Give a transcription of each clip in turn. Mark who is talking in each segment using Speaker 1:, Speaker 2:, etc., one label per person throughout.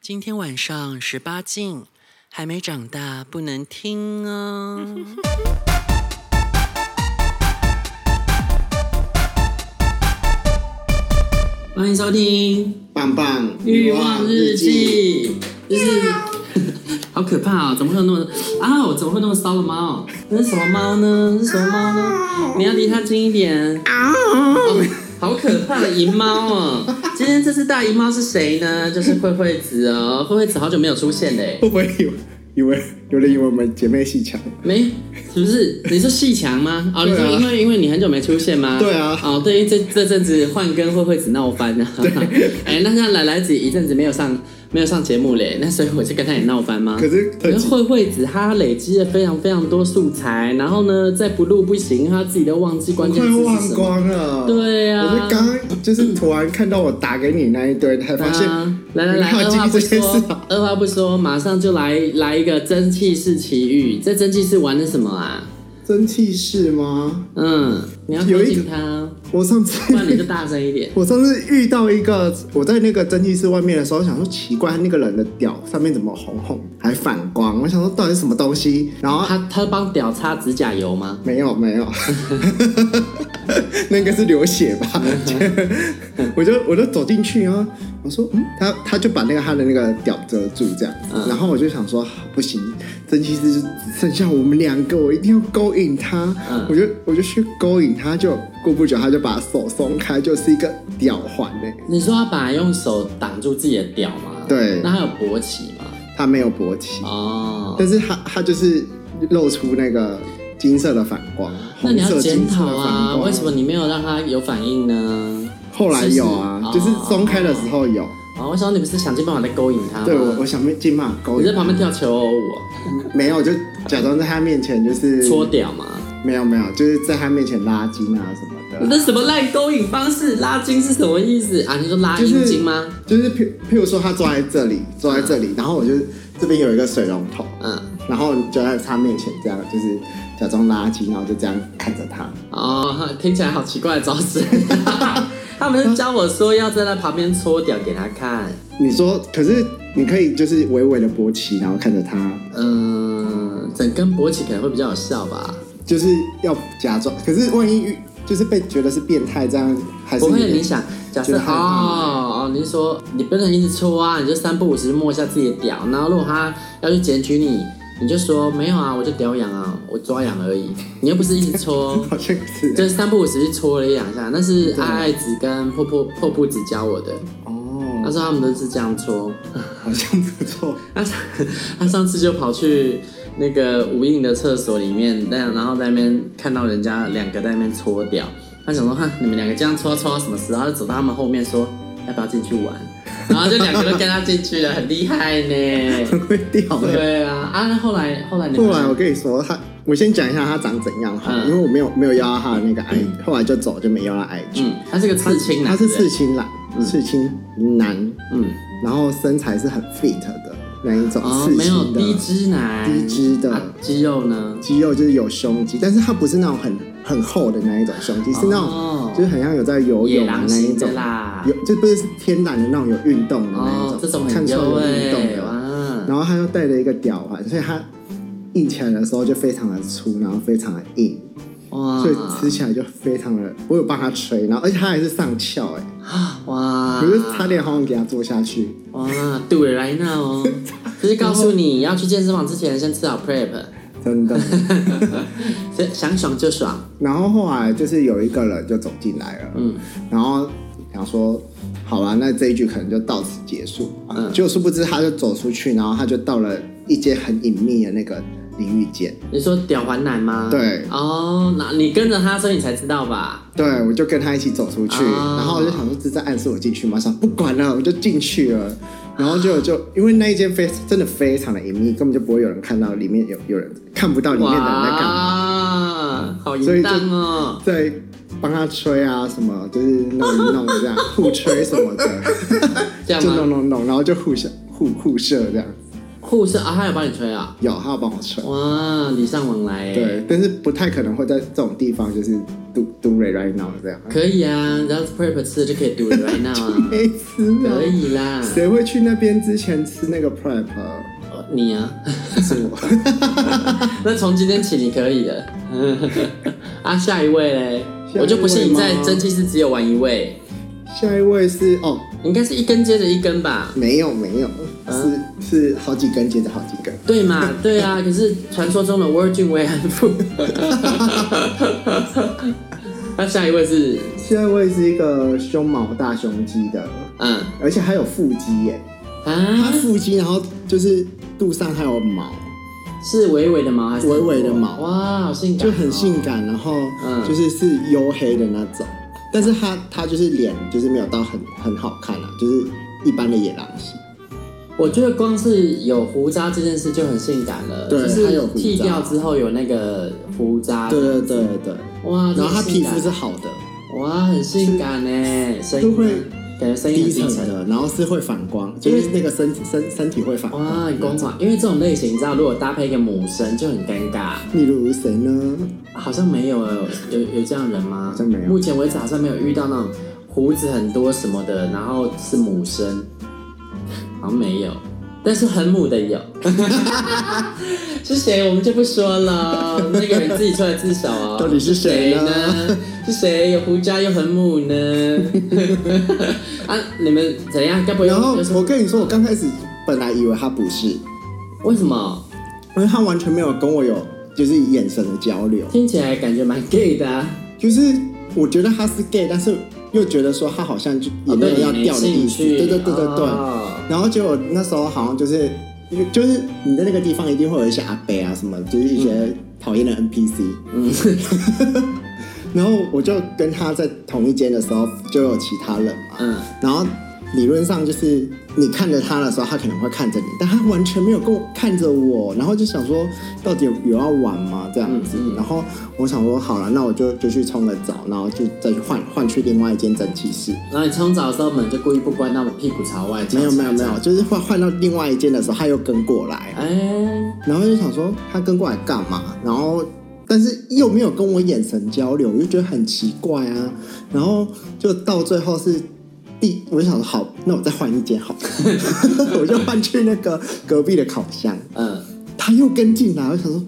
Speaker 1: 今天晚上十八禁，还没长大不能听哦。 欢迎收听
Speaker 2: 棒棒
Speaker 1: 《欲望日，记》，就是 好可怕哦！怎么会有那么啊？我怎么会有那么骚的猫？那是什么猫呢？是什么猫呢？你要离它近一点。哦 好可怕的姨猫哦！今天这次大姨猫是谁呢？就是慧慧子哦，慧慧子好久没有出现嘞。
Speaker 2: 会不会以为以为有人以为我们姐妹戏强？
Speaker 1: 没，是不是？你是细强吗？哦，你
Speaker 2: 对啊
Speaker 1: 说因为因为你很久没出现吗？
Speaker 2: 对啊
Speaker 1: 哦，对，因为这这阵子换跟慧慧子闹翻了。 哎，那像奶奶子一阵子没有上没有上节目嘞，那所以我就跟她也闹翻吗？
Speaker 2: 可是
Speaker 1: 可是慧慧子她累积了非常非常多素材，然后呢，再不录不行，她自己都忘记
Speaker 2: 我
Speaker 1: 关键
Speaker 2: 快
Speaker 1: 字是
Speaker 2: 忘
Speaker 1: 什么。
Speaker 2: 光了。
Speaker 1: 对啊
Speaker 2: 我是刚刚就是突然看到我打给你那一堆，才发现
Speaker 1: 啊，来来来，
Speaker 2: 你还有
Speaker 1: 二
Speaker 2: 记
Speaker 1: 话
Speaker 2: 忆
Speaker 1: 不
Speaker 2: 这件
Speaker 1: 说
Speaker 2: 事啊，。
Speaker 1: 二话不说，马上就来来一个蒸汽式奇遇。这蒸汽式玩的什么啊？
Speaker 2: 蒸汽室吗？
Speaker 1: 嗯，你要靠
Speaker 2: 有一
Speaker 1: 近
Speaker 2: 个
Speaker 1: 它，
Speaker 2: 我上次。
Speaker 1: 不然你就大声一点
Speaker 2: 我上次遇到一个，我在那个蒸汽室外面的时候，想说奇怪，那个人的屌上面怎么红红还反光？我想说到底是什么东西？然后
Speaker 1: 他他帮屌擦指甲油吗？
Speaker 2: 没有没有， 那应该是流血吧？ 我就我就走进去啊，我说嗯，他他就把那个他的那个屌遮住这样，
Speaker 1: 嗯
Speaker 2: 然后我就想说啊不行，真气是只剩下我们两个，我一定要勾引他，
Speaker 1: 嗯
Speaker 2: 我就我就去勾引他，就过不久他就把手松开，就是一个屌环欸嘞、
Speaker 1: 你说他把用手挡住自己的屌吗？
Speaker 2: 对
Speaker 1: 那他有勃起吗？
Speaker 2: 他没有勃起，
Speaker 1: 哦，
Speaker 2: 但是他他就是露出那个金色的反光，
Speaker 1: 那你要
Speaker 2: 红色
Speaker 1: 检
Speaker 2: 金色
Speaker 1: 讨
Speaker 2: 的反
Speaker 1: 啊，
Speaker 2: 光
Speaker 1: 为什么你没有让他有反应呢？
Speaker 2: 后来有啊，
Speaker 1: 是
Speaker 2: 就
Speaker 1: 不
Speaker 2: 是
Speaker 1: 是
Speaker 2: 松开的时候有。
Speaker 1: 哦，我想你不是想尽办法在勾引他吗？
Speaker 2: 对我，我想尽办法勾
Speaker 1: 你
Speaker 2: 引
Speaker 1: 在。旁边跳求偶舞哦、
Speaker 2: 没有，就假装在他面前就是
Speaker 1: 搓屌吗？
Speaker 2: 没有没有，就是在他面前拉筋啊什么
Speaker 1: 你
Speaker 2: 的。
Speaker 1: 这什么烂勾引方式？拉筋是什么意思啊？你说拉
Speaker 2: 就是
Speaker 1: 阴茎吗？
Speaker 2: 就是譬譬如说，他坐在这里，坐在这里，然后我就这边有一个水龙头，
Speaker 1: 嗯，
Speaker 2: 然后就在他面前这样，就是假装拉筋，然后就这样看着他。
Speaker 1: 哦，听起来好奇怪的招式。 他们是教我说要在他旁边搓屌给他看。
Speaker 2: 你说，可是你可以就是微微的勃起，然后看着他，
Speaker 1: 嗯，整根勃起可能会比较有效吧。
Speaker 2: 就是要假装。可是万一遇就是被觉得是变态，这样还是
Speaker 1: 不
Speaker 2: 有
Speaker 1: 会，
Speaker 2: 点
Speaker 1: 你想，假
Speaker 2: 觉
Speaker 1: 设
Speaker 2: 得害怕
Speaker 1: 哦哦，你是说你不能一直搓啊，你就三不五时摸一下自己的屌，然后如果他要去检举你，你就说没有啊，我就屌痒啊，我抓痒而已，你又不是一直
Speaker 2: 。
Speaker 1: 搓
Speaker 2: 好像是
Speaker 1: 就是三不五时去搓了一两下，那是爱爱子跟破破破布子教我的。他
Speaker 2: 哦，
Speaker 1: 说他们都是这样搓，
Speaker 2: 好像不错。
Speaker 1: 他上 他上次就跑去那个无印的厕所里面，那样然后在那边看到人家两个在那边搓掉，他想说哈你们两个这样搓搓到什么时候？他就走到他们后面说要不要进去玩，然后就两个都跟他进去了，很厉害 呢。
Speaker 2: 会掉的。
Speaker 1: 对啊，啊那后来后来你们
Speaker 2: 后来我跟你说，他我先讲一下他长怎样哈，
Speaker 1: 嗯
Speaker 2: 因为我没有没有要到他的那个 I，、后来就走就没要到 I G、
Speaker 1: 嗯，他是个刺青男，
Speaker 2: 他是
Speaker 1: 对不对
Speaker 2: 刺，青男，刺青男，
Speaker 1: 嗯，
Speaker 2: 然后身材是很 fit 的那一种
Speaker 1: 哦
Speaker 2: 刺
Speaker 1: 没有
Speaker 2: 青的，
Speaker 1: 低脂男，
Speaker 2: 低脂的
Speaker 1: 啊肌肉呢？
Speaker 2: 肌肉就是有胸肌，但是他不是那种很很厚的那一种胸肌，是那种、
Speaker 1: 哦
Speaker 2: 就是很像有在游
Speaker 1: 野
Speaker 2: 泳的
Speaker 1: 狼
Speaker 2: 那一
Speaker 1: 型
Speaker 2: 种
Speaker 1: 的。啦，
Speaker 2: 有就不是天然的那种有运动的那一
Speaker 1: 哦
Speaker 2: 种，，
Speaker 1: 这种
Speaker 2: 看
Speaker 1: 很
Speaker 2: 出来
Speaker 1: 优
Speaker 2: 有运
Speaker 1: 哎、
Speaker 2: 动的，
Speaker 1: 哇，
Speaker 2: 然后他又带了一个屌环，所以他硬起来的时候就非常的粗，然后非常的硬，
Speaker 1: 哇，
Speaker 2: 所以吃起来就非常的。我有帮他吹，然后而且他还是上翘哎、
Speaker 1: 哇，
Speaker 2: 我就差点好想给他做下去。
Speaker 1: 哇，对来那哦， 就是告诉你要去健身房之前先吃好 prep，
Speaker 2: 真的，
Speaker 1: 想想爽就爽，
Speaker 2: 然后后来就是有一个人就走进来了，
Speaker 1: 嗯，
Speaker 2: 然后想说，好吧，那这一局可能就到此结束。
Speaker 1: 嗯
Speaker 2: 结果殊不知他就走出去，然后他就到了一间很隐秘的那个淋浴间。
Speaker 1: 你说屌环男吗？
Speaker 2: 对
Speaker 1: 哦，那你跟着他，所以你才知道吧？
Speaker 2: 对，我就跟他一起走出去，
Speaker 1: 啊
Speaker 2: 啊然后我就想说这在暗示我进去吗？想不管了，我就进去了。然后就就因为那一间非真的非常的隐秘，根本就不会有人看到里面有有人看不到里面的人在干
Speaker 1: 啊
Speaker 2: 嘛，
Speaker 1: 哇，好
Speaker 2: 所以
Speaker 1: 淫
Speaker 2: 就
Speaker 1: 荡哦！
Speaker 2: 在帮他吹啊什么，就是弄一弄这样 互吹什么的，
Speaker 1: 这样
Speaker 2: 就弄
Speaker 1: 吗？
Speaker 2: 弄弄，然后就互相互互射这样，
Speaker 1: 护士啊，他有帮你吹啊？
Speaker 2: 有他有帮我吹，
Speaker 1: 哇，礼尚往来耶
Speaker 2: 对，，但是不太可能会在这种地方就是 do do it right now 这样，
Speaker 1: 可以啊，只要是 prep 吃的就可以 do it right now 啊，
Speaker 2: 没吃啊
Speaker 1: 可，以啦，
Speaker 2: 谁会去那边之前吃那个 prep？啊
Speaker 1: 你啊，
Speaker 2: 是我，
Speaker 1: 那从今天起你可以了。 啊，下一位嘞，
Speaker 2: 下一位吗
Speaker 1: 我就不信你在蒸汽室只有玩一位，
Speaker 2: 下一位是哦，
Speaker 1: 应该是一根接着一根吧？
Speaker 2: 没有没有，是
Speaker 1: 嗯
Speaker 2: 是好几根接着好几根。
Speaker 1: 对嘛？对啊，可是传说中的 Virgin 维汉富。 那下一位是，
Speaker 2: 下一位是一个胸毛大胸肌的，
Speaker 1: 嗯
Speaker 2: 而且还有腹肌耶，
Speaker 1: 啊
Speaker 2: 他，腹肌，然后就是肚上还有毛，
Speaker 1: 是微微的毛还是
Speaker 2: 微微的毛
Speaker 1: 哇，好性感、哦
Speaker 2: 就很性。感，然后
Speaker 1: 嗯
Speaker 2: 就是是黝黑的那种，但是他他就是脸就是没有到很很好看啊，就是一般的野狼型。
Speaker 1: 我觉得光是有胡渣这件事就很性感了，
Speaker 2: 对
Speaker 1: 就是
Speaker 2: 它有胡渣
Speaker 1: 剃掉之后有那个胡渣，
Speaker 2: 对对对对，
Speaker 1: 哇，
Speaker 2: 然后他
Speaker 1: 这很性
Speaker 2: 皮
Speaker 1: 感
Speaker 2: 肤是好的，
Speaker 1: 哇，很性感欸呢，声音
Speaker 2: 都会
Speaker 1: 感觉声音
Speaker 2: 低
Speaker 1: 很低
Speaker 2: 层
Speaker 1: 沉。
Speaker 2: 的，然后是会反光，就是那个身身身体会反
Speaker 1: 哇，
Speaker 2: 光。
Speaker 1: 很光滑，因为这种类型，你知道，如果搭配一个母声就很尴尬。
Speaker 2: 例如谁呢？
Speaker 1: 好像没有有有这样的人吗？
Speaker 2: 好像没有
Speaker 1: 目前为止好像没有遇到那种胡子很多什么的，然后是母生，好像没有。但是很母的有， 是谁我们就不说了，那个人自己出来自首哦。
Speaker 2: 到底是谁呢
Speaker 1: 呢？是谁有胡渣又很母呢？ 啊，你们怎样？该不会
Speaker 2: 然后
Speaker 1: 就是
Speaker 2: 我跟你说，我刚开始本来以为他不是，因
Speaker 1: 为什么
Speaker 2: 为他完全没有跟我有就是眼神的交流，
Speaker 1: 听起来感觉蛮 gay 的、啊？
Speaker 2: 就是我觉得他是 gay，但是又觉得说他好像就也没有要掉
Speaker 1: 哦哦
Speaker 2: 的意思，
Speaker 1: 对你没兴趣
Speaker 2: 对对对对对。
Speaker 1: 哦
Speaker 2: 然后结果那时候好像就是就是你在那个地方一定会有一些阿伯啊什么，就是一些讨厌的 NPC。嗯。 然后我就跟他在同一间的时候，就有其他人嘛。
Speaker 1: 嗯。
Speaker 2: 然后理论上就是你看着他的时候，他可能会看着你，但他完全没有跟我看着我，然后就想说到底有有要玩吗这样子？然后我想说好了，那我就就去冲个澡，然后就再去换换去另外一间蒸汽室。
Speaker 1: 然后你冲澡的时候门就故意不关，那我屁股朝外。
Speaker 2: 没有没有没有，就是换换到另外一间的时候，他又跟过来，
Speaker 1: 哎，
Speaker 2: 然后就想说他跟过来干嘛？然后但是又没有跟我眼神交流，我就觉得很奇怪啊。然后就到最后是第，我就想说好，那我再换一间好了， 我就换去那个隔壁的烤箱。
Speaker 1: 嗯，
Speaker 2: 他又跟进来，我想说，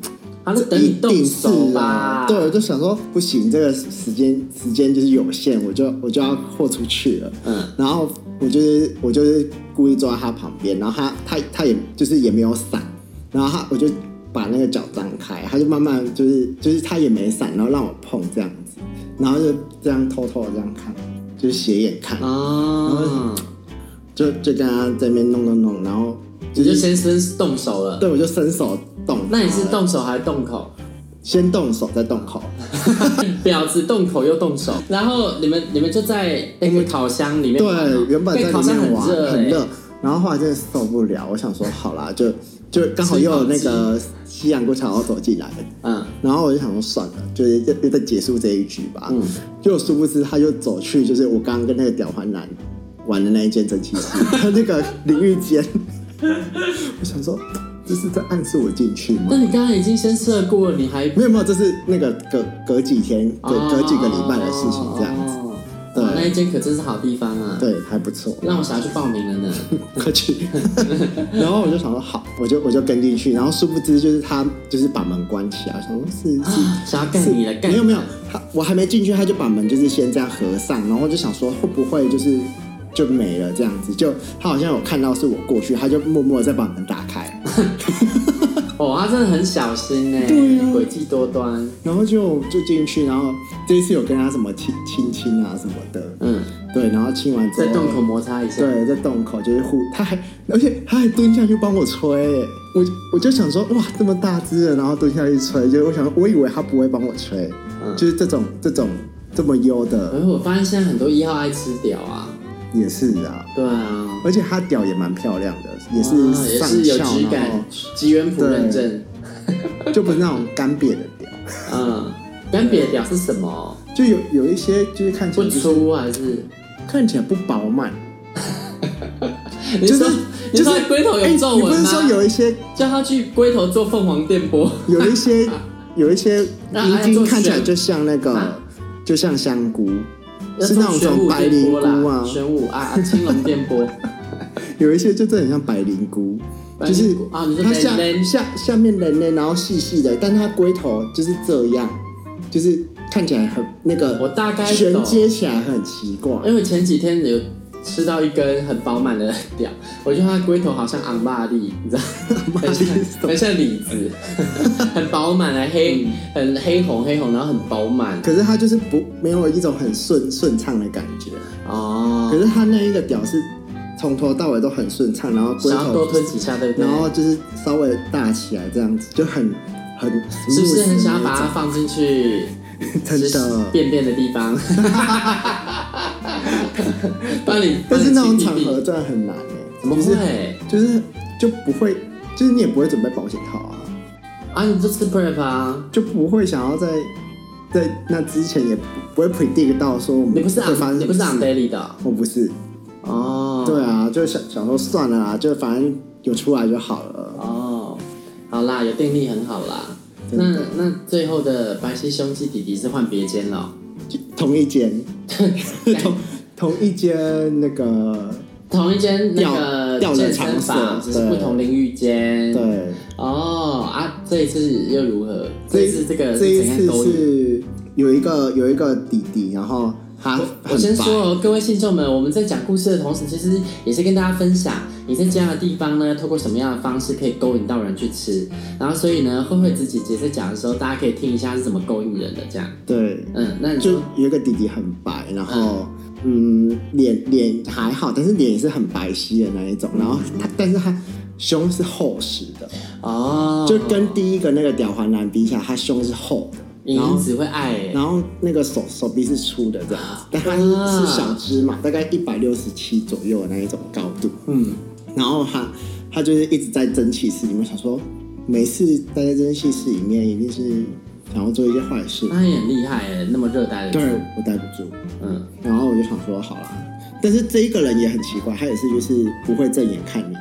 Speaker 1: 他是等
Speaker 2: 一
Speaker 1: 你动
Speaker 2: 定是
Speaker 1: 手吧
Speaker 2: 啊？。对，我就想说不行，这个时间时间就是有限，我就我就要豁出去了。
Speaker 1: 嗯，
Speaker 2: 然后我就是我就是故意坐在他旁边，然后他他他也就是也没有闪，然后他我就把那个脚张开，他就慢慢就是就是他也没闪，然后让我碰这样子，然后就这样偷偷的这样看，就是斜眼看，
Speaker 1: 哦，
Speaker 2: 就就跟他在那边弄弄弄，然后就
Speaker 1: 你就
Speaker 2: 是
Speaker 1: 先伸动手了。
Speaker 2: 对我就伸手动，
Speaker 1: 那你是动手还是动口？
Speaker 2: 先动手再动口，
Speaker 1: 婊子动口又动手，然后你们你们就在那个烤箱里面玩哦。
Speaker 2: 对，原本在
Speaker 1: 对烤
Speaker 2: 里
Speaker 1: 箱
Speaker 2: 面玩
Speaker 1: 热，
Speaker 2: 很
Speaker 1: 欸
Speaker 2: 热，然后后来真的受不了，我想说好啦，就就刚好又有那个西洋国小要走进来了。
Speaker 1: 嗯，
Speaker 2: 然后我就想说算了，就是就就再结束这一局吧。
Speaker 1: 嗯
Speaker 2: 嗯，结果殊不知他就走去，就是我刚刚跟那个屌环男玩的那一间蒸汽室，他那个淋浴间。我想说，这是在暗示我进去吗
Speaker 1: 那？你刚刚已经先射过了，你还
Speaker 2: 没有没有，这是那个隔隔几天，隔
Speaker 1: 哦
Speaker 2: 隔几个礼拜的事情，这样子。
Speaker 1: 哦
Speaker 2: 对
Speaker 1: 哇那一间可真是好地方啊！，
Speaker 2: 对，还不错。
Speaker 1: 让我想要去报名了 呢。
Speaker 2: 快去！然后我就想说好，我就我就跟进去，然后殊不知就是他就是把门关起来，我想说是
Speaker 1: 啊
Speaker 2: 是
Speaker 1: 想要干你了
Speaker 2: 是
Speaker 1: 干你
Speaker 2: 嗯没
Speaker 1: 了
Speaker 2: 有没有，他我还没进去，他就把门就是先这样合上，然后我就想说会不会就是就没了这样子，就他好像有看到是我过去，他就默默地再把门打 开，
Speaker 1: 哦，他真的很小心呢，
Speaker 2: 对啊
Speaker 1: 诡计多端。
Speaker 2: 然后就就进去，然后这一次有跟他什么亲亲亲啊什么的，
Speaker 1: 嗯，
Speaker 2: 对，然后亲完之
Speaker 1: 再
Speaker 2: 后
Speaker 1: 洞口摩擦一下。
Speaker 2: 对，在洞口就是互，他还，而且他还蹲下去帮我吹耶，我我就想说，哇，这么大只了，然后蹲下去吹，就我想，我以为他不会帮我吹，
Speaker 1: 嗯
Speaker 2: 就是这种这种这么优的，
Speaker 1: 而我发现现在很多一号爱吃屌啊，
Speaker 2: 也是啊，
Speaker 1: 对啊，
Speaker 2: 而且它屌也蛮漂亮的，也是
Speaker 1: 啊也
Speaker 2: 上
Speaker 1: 是有
Speaker 2: 翘
Speaker 1: 质
Speaker 2: 然
Speaker 1: 感，吉原谱认证，
Speaker 2: 后就不是那种干瘪的屌，
Speaker 1: 嗯，干瘪屌是什么？
Speaker 2: 就有有一些就是看起
Speaker 1: 不
Speaker 2: 来、就是、
Speaker 1: 粗还是？
Speaker 2: 看起来不饱满，
Speaker 1: 你
Speaker 2: 就是
Speaker 1: 说你
Speaker 2: 就
Speaker 1: 说
Speaker 2: 是
Speaker 1: 龟头
Speaker 2: 哎
Speaker 1: 有皱
Speaker 2: 你不
Speaker 1: 纹
Speaker 2: 是
Speaker 1: 吗
Speaker 2: 说？有一些
Speaker 1: 叫他去龟头做凤凰电波，
Speaker 2: 有 一些有一些
Speaker 1: 那
Speaker 2: 阴
Speaker 1: 还要
Speaker 2: 茎
Speaker 1: 做
Speaker 2: 看起来
Speaker 1: 旋
Speaker 2: 就像那个
Speaker 1: 啊
Speaker 2: 就像香菇，
Speaker 1: 要
Speaker 2: 是
Speaker 1: 做
Speaker 2: 那种
Speaker 1: 玄
Speaker 2: 种
Speaker 1: 武
Speaker 2: 白
Speaker 1: 电
Speaker 2: 灵
Speaker 1: 波啦
Speaker 2: 菇啊，
Speaker 1: 玄武啊，啊青龙电波，
Speaker 2: 有一些就真的很像白灵菇，
Speaker 1: 白
Speaker 2: 就
Speaker 1: 灵
Speaker 2: 是
Speaker 1: 菇啊你说
Speaker 2: 它
Speaker 1: 人
Speaker 2: 下
Speaker 1: 类
Speaker 2: 下下面人呢，然后细细的，但它龟头就是这样，就是看起来很那个，
Speaker 1: 我大概
Speaker 2: 衔
Speaker 1: 懂。
Speaker 2: 接起来很奇怪。
Speaker 1: 因为前几天有吃到一根很饱满的 屌，我觉得它的龟头好像昂巴利，你知道吗？很
Speaker 2: 利是
Speaker 1: 像
Speaker 2: 什么嗯
Speaker 1: 很像李 子，很饱满的黑，很黑红黑红，然后很饱满
Speaker 2: 可是它就是不没有一种很顺顺畅的感觉，
Speaker 1: 哦
Speaker 2: 可。是它那一个屌是从头到尾都很顺畅，然后龟
Speaker 1: 想要
Speaker 2: 头
Speaker 1: 多
Speaker 2: 就是
Speaker 1: 吞几下，对不对？
Speaker 2: 然后就是稍微大起来这样子，就很很
Speaker 1: 是不是
Speaker 2: smooth
Speaker 1: 很想要
Speaker 2: 那
Speaker 1: 把它
Speaker 2: 种
Speaker 1: 放进去
Speaker 2: 真的？
Speaker 1: 便便的地 方？帮你，
Speaker 2: 但是那
Speaker 1: 帮
Speaker 2: 种
Speaker 1: 你清
Speaker 2: 场
Speaker 1: 屁屁
Speaker 2: 合真的很难
Speaker 1: 怎么
Speaker 2: 哎、就是
Speaker 1: 会？
Speaker 2: 就是就不会，就是你也不会准备保险套啊，
Speaker 1: 啊，你就吃 prep 啊？
Speaker 2: 就不会想要在在那之前也不不会 predict 到说我们
Speaker 1: 你不是
Speaker 2: 会发生
Speaker 1: 昂，你不是
Speaker 2: 什么
Speaker 1: 昂
Speaker 2: 事
Speaker 1: daily 的哦
Speaker 2: 我不是，
Speaker 1: 哦。
Speaker 2: 对啊，就想想说算了啦，啊就反正有出来就好了。
Speaker 1: 哦，好啦，有定力很好啦。
Speaker 2: 真
Speaker 1: 那
Speaker 2: 的
Speaker 1: 那最后的白皙胸肌弟弟是换别间了哦，
Speaker 2: 同一间， 同同一间那个
Speaker 1: 同一间那个
Speaker 2: 吊吊
Speaker 1: 健
Speaker 2: 人场
Speaker 1: 身房，
Speaker 2: 所
Speaker 1: 只是不
Speaker 2: 对
Speaker 1: 同淋浴间。。
Speaker 2: 对，
Speaker 1: 哦啊，这一次又如何？这
Speaker 2: 这
Speaker 1: 一
Speaker 2: 一
Speaker 1: 次这个
Speaker 2: 这一
Speaker 1: 怎样
Speaker 2: 次
Speaker 1: 勾引
Speaker 2: 是有一个有一个弟弟，然后他
Speaker 1: 我
Speaker 2: 很
Speaker 1: 先
Speaker 2: 白
Speaker 1: 说哦，各位信众们，我们在讲故事的同时，其实也是跟大家分享你在这样的地方呢，透过什么样的方式可以勾引到人去吃。然后，所以呢，慧慧子姐姐在讲的时候，大家可以听一下是怎么勾引人的，这样。
Speaker 2: 对，
Speaker 1: 嗯，那你
Speaker 2: 就
Speaker 1: 说
Speaker 2: 有一个弟弟很白，然后嗯，脸脸还好，但是脸也是很白皙的那一种，然后
Speaker 1: 嗯
Speaker 2: 他但是他胸是厚实的，
Speaker 1: 哦，
Speaker 2: 就跟第一个那个屌环男比起来，他胸是厚的，
Speaker 1: 影
Speaker 2: 然
Speaker 1: 影
Speaker 2: 后
Speaker 1: 子会爱、欸，
Speaker 2: 然后那个手手臂是粗的这样子，但他是
Speaker 1: 啊
Speaker 2: 是小只嘛，大概一百六十七左右的那一种高度，
Speaker 1: 嗯，
Speaker 2: 然后他他就是一直在蒸汽室里面，想说每次待在蒸汽室里面一定是想要做一些坏事，
Speaker 1: 那也很厉害耶，那么热带的
Speaker 2: 对
Speaker 1: 猪，
Speaker 2: 我待不住，
Speaker 1: 嗯，
Speaker 2: 然后我就想说好啦，但是这一个人也很奇怪，他也是就是不会正眼看你的，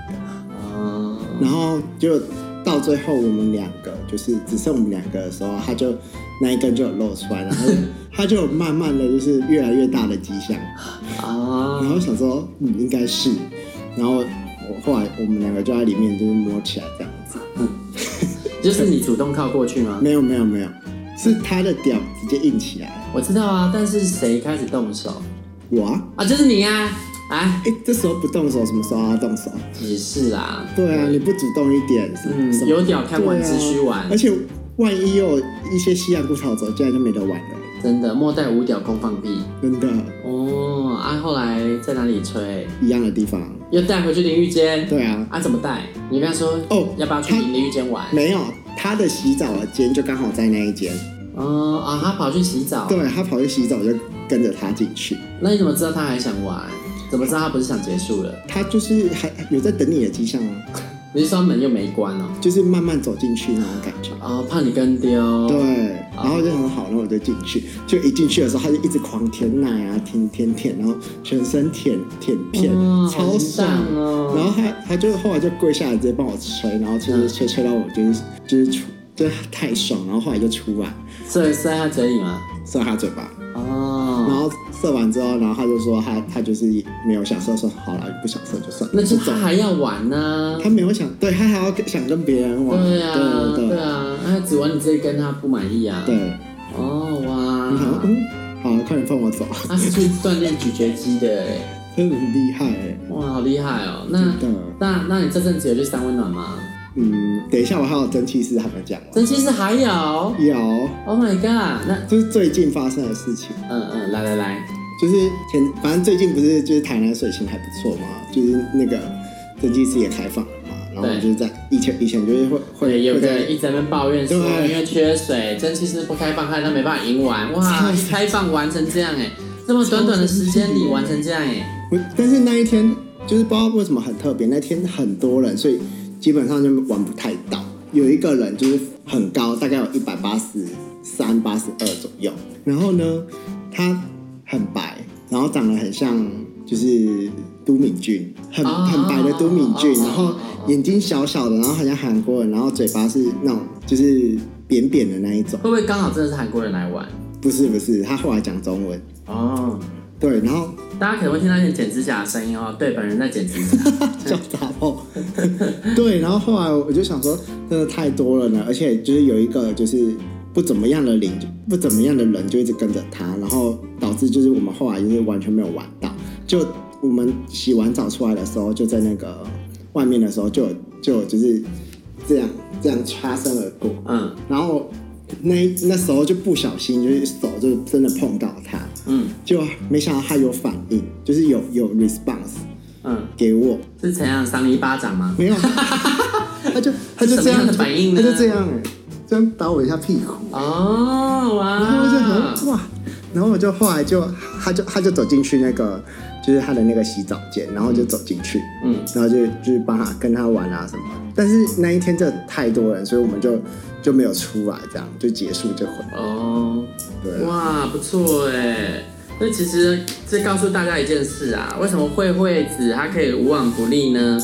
Speaker 1: 哦，
Speaker 2: 然后就到最后我们两个就是只剩我们两个的时候，他就那一根就有露出来，然后他就有慢慢的就是越来越大的迹象，然
Speaker 1: 啊，
Speaker 2: 后想说嗯应该是，然后我后来我们两个就在里面就是摸起来这样子。
Speaker 1: 就是你主动靠过去吗？
Speaker 2: 没有没有没有，是他的屌直接硬起来。
Speaker 1: 我知道啊，但是谁开始动手
Speaker 2: 我啊，
Speaker 1: 啊？就是你啊，哎，
Speaker 2: 哎，这时候不动手，什么时候要动手？
Speaker 1: 也是啦，
Speaker 2: 对啊，你不主动一点，
Speaker 1: 嗯
Speaker 2: 什么
Speaker 1: 有屌看完
Speaker 2: 对啊
Speaker 1: 只需玩
Speaker 2: 而且万一又有一些西洋古草走进来，就没得玩了，
Speaker 1: 真的，莫待无屌空放屁。
Speaker 2: 真的，
Speaker 1: 哦，啊，后来在哪里吹？
Speaker 2: 一样的地方。
Speaker 1: 又带回去淋浴间。
Speaker 2: 对啊，
Speaker 1: 啊，怎么带？你跟他说
Speaker 2: 哦
Speaker 1: 要不要去
Speaker 2: 他
Speaker 1: 淋浴间玩？
Speaker 2: 没有他的洗澡的间就刚好在那一间，
Speaker 1: 哦啊，他跑去洗澡。
Speaker 2: 对他跑去洗澡，我就跟着他进去。
Speaker 1: 那你怎么知道他还想玩？怎么知道他不是想结束了？
Speaker 2: 他就是还有在等你的迹象啊，
Speaker 1: 你是说门又没关哦？
Speaker 2: 就是慢慢走进去那种感觉。
Speaker 1: 哦，怕你跟丢。
Speaker 2: 对，然后就很好，然后我就进去，就一进去的时候，他就一直狂舔奶啊，舔舔舔，然后全身舔舔片，
Speaker 1: 哇好
Speaker 2: 超爽
Speaker 1: 淫荡哦
Speaker 2: 然后他他就后来就跪下来直接帮我吹，然后就是吹吹到我就是就是出就是太爽，然后后来就出来
Speaker 1: 所以是在他嘴里吗？
Speaker 2: 射他嘴巴，然
Speaker 1: 哦，
Speaker 2: 后射完之后，然后他就说他他就是没有想射，说好了不想射就算了，
Speaker 1: 那就
Speaker 2: 走
Speaker 1: 他。还要玩呢、
Speaker 2: 他没有想，对他还要想跟别人玩，
Speaker 1: 对呀、啊，
Speaker 2: 对
Speaker 1: 对啊，他只玩你这一根，他不满意啊。
Speaker 2: 对，对，
Speaker 1: 哦
Speaker 2: 然后
Speaker 1: 哇，
Speaker 2: 嗯，好了，快点放我走，
Speaker 1: 他是去锻炼咀嚼肌的哎，
Speaker 2: 真的很厉害哎、
Speaker 1: 哇，好厉害哦。那
Speaker 2: 真的
Speaker 1: 那那你这阵子有去三温暖吗？
Speaker 2: 嗯，等一下，我还有蒸汽室还没讲完。
Speaker 1: 真其实还有
Speaker 2: 有，
Speaker 1: ，Oh my god，那
Speaker 2: 这是最近发生的事情，
Speaker 1: 嗯嗯，来来来，
Speaker 2: 就是前反正最近不是就是台南水情还不错嘛，就是那个蒸汽室也开放了嘛，然后
Speaker 1: 对
Speaker 2: 就是在以前以前就是会
Speaker 1: 对，
Speaker 2: 会
Speaker 1: 有
Speaker 2: 会
Speaker 1: 个
Speaker 2: 在
Speaker 1: 人一直在那边抱怨说，
Speaker 2: 对
Speaker 1: 因为缺水，蒸汽室不开放，害他没办法赢完。哇，
Speaker 2: 超
Speaker 1: 一开放完成这样哎，这么短短的时间里完成这样哎、
Speaker 2: 我但是那一天就是不知道为什么很特别，那天很多人，所以基本上就玩不太到。有一个人就是很高，大概有一百八十三、八十二左右。然后呢，他很白，然后长得很像就是都敏俊，很
Speaker 1: 哦
Speaker 2: 很白的都敏俊，
Speaker 1: 哦哦
Speaker 2: 然后
Speaker 1: 哦哦
Speaker 2: 眼睛小小的，然后很像韩国人，然后嘴巴是那种就是扁扁的那一种。
Speaker 1: 会不会刚好真的是韩国人来玩？
Speaker 2: 不是不是，他后来讲中文。
Speaker 1: 哦，
Speaker 2: 对，然后
Speaker 1: 大家可能会听到一点剪指甲的声音哦。对，本人在剪指甲。
Speaker 2: 叫杂货。对，然后后来我就想说，真的太多了呢，而且就是有一个就是不怎么样的领，不怎么样的人就一直跟着他，然后导致就是我们后来就是完全没有玩到。就我们洗完澡出来的时候，就在那个外面的时候就有就有就是这样这样擦身而过，
Speaker 1: 嗯
Speaker 2: 然后那那时候就不小心就是手就真的碰到他，
Speaker 1: 嗯
Speaker 2: 就没想到他有反应，就是有有 response
Speaker 1: 嗯，
Speaker 2: 给我。
Speaker 1: 是怎样赏你一巴掌吗？
Speaker 2: 没有，他就他就这
Speaker 1: 什么样
Speaker 2: 样
Speaker 1: 的反应呢
Speaker 2: 他就这样哎、这样打我一下屁股，
Speaker 1: 哦哇，
Speaker 2: 然后我就很哇，然后我就后来就他就他就走进去那个就是他的那个洗澡间，然后就走进去，
Speaker 1: 嗯
Speaker 2: 然后就就是帮他跟他玩啊什么，但是那一天真的太多人，所以我们就就没有出来，这样就结束这回，
Speaker 1: 哦，
Speaker 2: 对啊，
Speaker 1: 哇，不错哎。那其实这告诉大家一件事啊，为什么慧慧子她可以无往不利呢？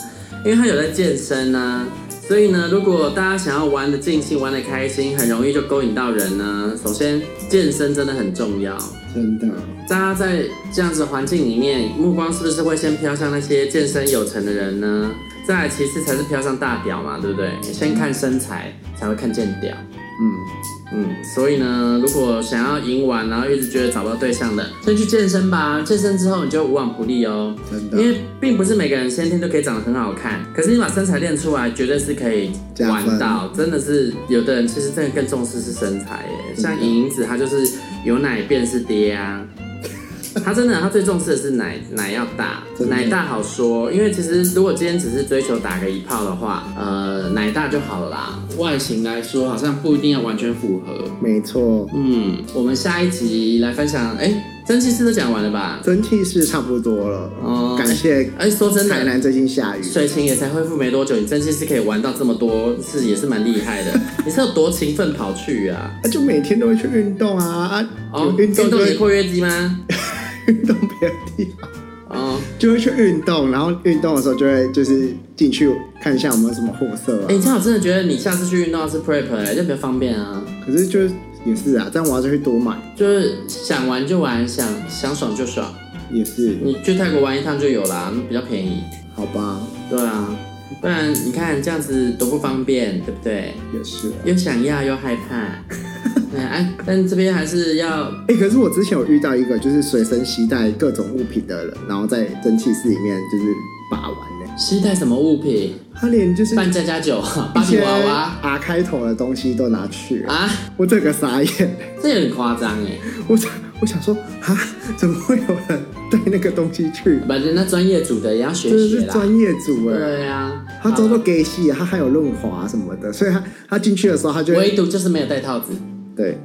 Speaker 1: 因为她有在健身啊。所以呢，如果大家想要玩的尽兴、玩的开心，很容易就勾引到人呢、首先，健身真的很重要。
Speaker 2: 真的，
Speaker 1: 大家在这样子的环境里面，目光是不是会先飘向那些健身有成的人呢？再来其次才是飘向大屌嘛，对不对？先看身材，才会看见屌。
Speaker 2: 嗯，
Speaker 1: 嗯，所以呢，如果想要赢完，然后一直觉得找不到对象的，先去健身吧。健身之后你就无往不利哦。
Speaker 2: 真
Speaker 1: 因
Speaker 2: 的
Speaker 1: 为并不是每个人先天都可以长得很好看，可是你把身材练出来，绝对是可以
Speaker 2: 加分
Speaker 1: 玩到。真的是有的人其实真的更重视是身材
Speaker 2: 嗯
Speaker 1: 耶，像莹莹子她就是有奶便是爹啊，她真的她最重视的是奶奶要大，
Speaker 2: 真的
Speaker 1: 奶大好说，因为其实如果今天只是追求打个一炮的话，呃，奶大就好了啦。外形来说好像不一定要完全符合。
Speaker 2: 没错，
Speaker 1: 嗯，我们下一集来分享，哎，蒸汽室都讲完了吧？
Speaker 2: 蒸汽是差不多了，
Speaker 1: 哦
Speaker 2: 感谢
Speaker 1: 哎，说真的
Speaker 2: 台，南最近下雨，
Speaker 1: 水情也才恢复没多久，你真心是可以玩到这么多次，也是蛮厉害的。 你是有多勤奋跑去啊？
Speaker 2: 啊，就每天都会去运动啊啊，
Speaker 1: 哦，
Speaker 2: 有运动就
Speaker 1: 你
Speaker 2: 会
Speaker 1: 的括约肌吗？
Speaker 2: 运动别的地方，
Speaker 1: 哦，
Speaker 2: 就会去运动，然后运动的时候就会就是进去看一下有没有什么货色啊。
Speaker 1: 哎、这样我真的觉得你下次去运动要是 prep 哎、就比较方便啊。
Speaker 2: 可是就是也是啊，这样我要再去多买，
Speaker 1: 就是想玩就玩，想想爽就爽。
Speaker 2: 也是
Speaker 1: 你去泰国玩一趟就有啦，比较便宜。
Speaker 2: 好吧，
Speaker 1: 对啊，不然你看这样子多不方便，对不对？
Speaker 2: 也是、啊。
Speaker 1: 又想要又害 怕。对哎，但这边还是要
Speaker 2: 哎、可是我之前有遇到一个就是随身携带各种物品的人，然后在蒸汽室里面就是把玩的、
Speaker 1: 期待什么物品？
Speaker 2: 他连就是
Speaker 1: 扮家家酒、芭
Speaker 2: 一
Speaker 1: 比
Speaker 2: 些
Speaker 1: 娃娃。
Speaker 2: R 开头的东西都拿去了，
Speaker 1: 啊，
Speaker 2: 我整个傻眼，
Speaker 1: 这有点夸张哎，
Speaker 2: 我想我想说啊，怎么会有人带那个东西去？
Speaker 1: 把人家专业组的也要学
Speaker 2: 真的
Speaker 1: 学
Speaker 2: 是
Speaker 1: 啦。
Speaker 2: 专业组哎、
Speaker 1: 对啊，
Speaker 2: 他周都给戏，啊他还有润滑什么的，所以他他进去的时候，他就
Speaker 1: 唯
Speaker 2: 会
Speaker 1: 独就是没有戴套子
Speaker 2: 对，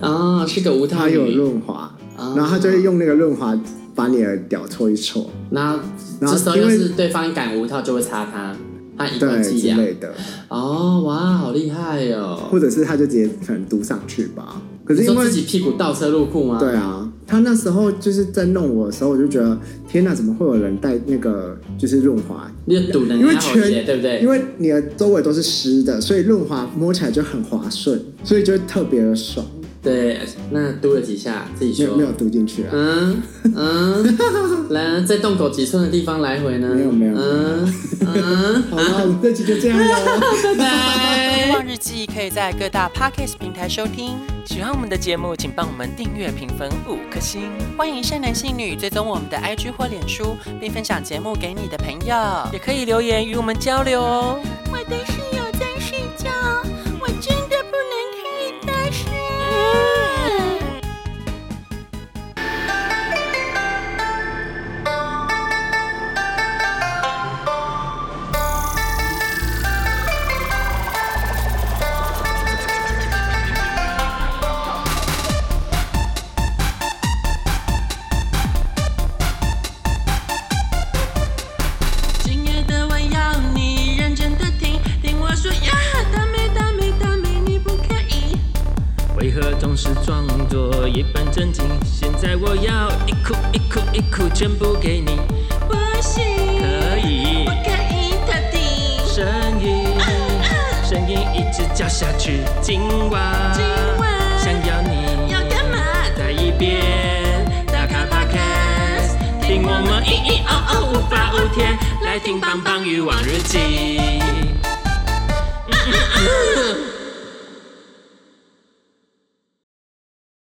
Speaker 1: 啊，是个无套
Speaker 2: 他有
Speaker 1: 女，
Speaker 2: 润滑，
Speaker 1: 啊
Speaker 2: 然后他就会用那个润滑把你的屌搓一搓，
Speaker 1: 然后
Speaker 2: 然
Speaker 1: 这
Speaker 2: 后
Speaker 1: 时候又
Speaker 2: 因
Speaker 1: 是对方敢无套就会插他，他一贯
Speaker 2: 对
Speaker 1: 伎
Speaker 2: 之
Speaker 1: 俩。
Speaker 2: 类的，
Speaker 1: 哦，哇，好厉害哦！
Speaker 2: 或者是他就直接可能嘟上去吧。可
Speaker 1: 你
Speaker 2: 是因
Speaker 1: 说
Speaker 2: 为
Speaker 1: 自己屁股倒车入库吗？
Speaker 2: 对，啊，他那时候就是在弄我的时候，我就觉得天哪，怎么会有人带那个就是润滑？
Speaker 1: 你就堵人
Speaker 2: 因为
Speaker 1: 家喉结，啊
Speaker 2: 全
Speaker 1: 对不对？
Speaker 2: 因为你的周围都是湿的，所以润滑摸起来就很滑顺，所以就特别的爽。
Speaker 1: 对，那嘟了几下，自己
Speaker 2: 没有没有
Speaker 1: 说。
Speaker 2: 嘟进去啊？
Speaker 1: 嗯 嗯，来，在洞口几寸的地方来回呢？
Speaker 2: 没有没有
Speaker 1: 嗯嗯，
Speaker 2: 好了，我们这集就这样喽。
Speaker 1: 拜拜。
Speaker 3: 欲望日记可以在各大 podcast 平台收听。喜欢我们的节目，请帮我们订阅、评分五颗星。欢迎善男信女追踪我们的 IG 或脸书，并分享节目给你的朋友，也可以留言与我们交流哦。
Speaker 4: 我的室友在睡觉，我真的不能开大声。
Speaker 5: 一本正经。现在我要一哭一哭一哭全部给你，
Speaker 4: 不行，
Speaker 5: 可以
Speaker 4: 我可以特地。
Speaker 5: 声 音，声音一直叫下去，今晚，
Speaker 4: 今晚
Speaker 5: 想要你，
Speaker 4: 要干嘛？
Speaker 5: 再一遍，打卡 podcast，听我们咿咿哦哦无法无天，来听棒棒鱼往日记。嗯嗯嗯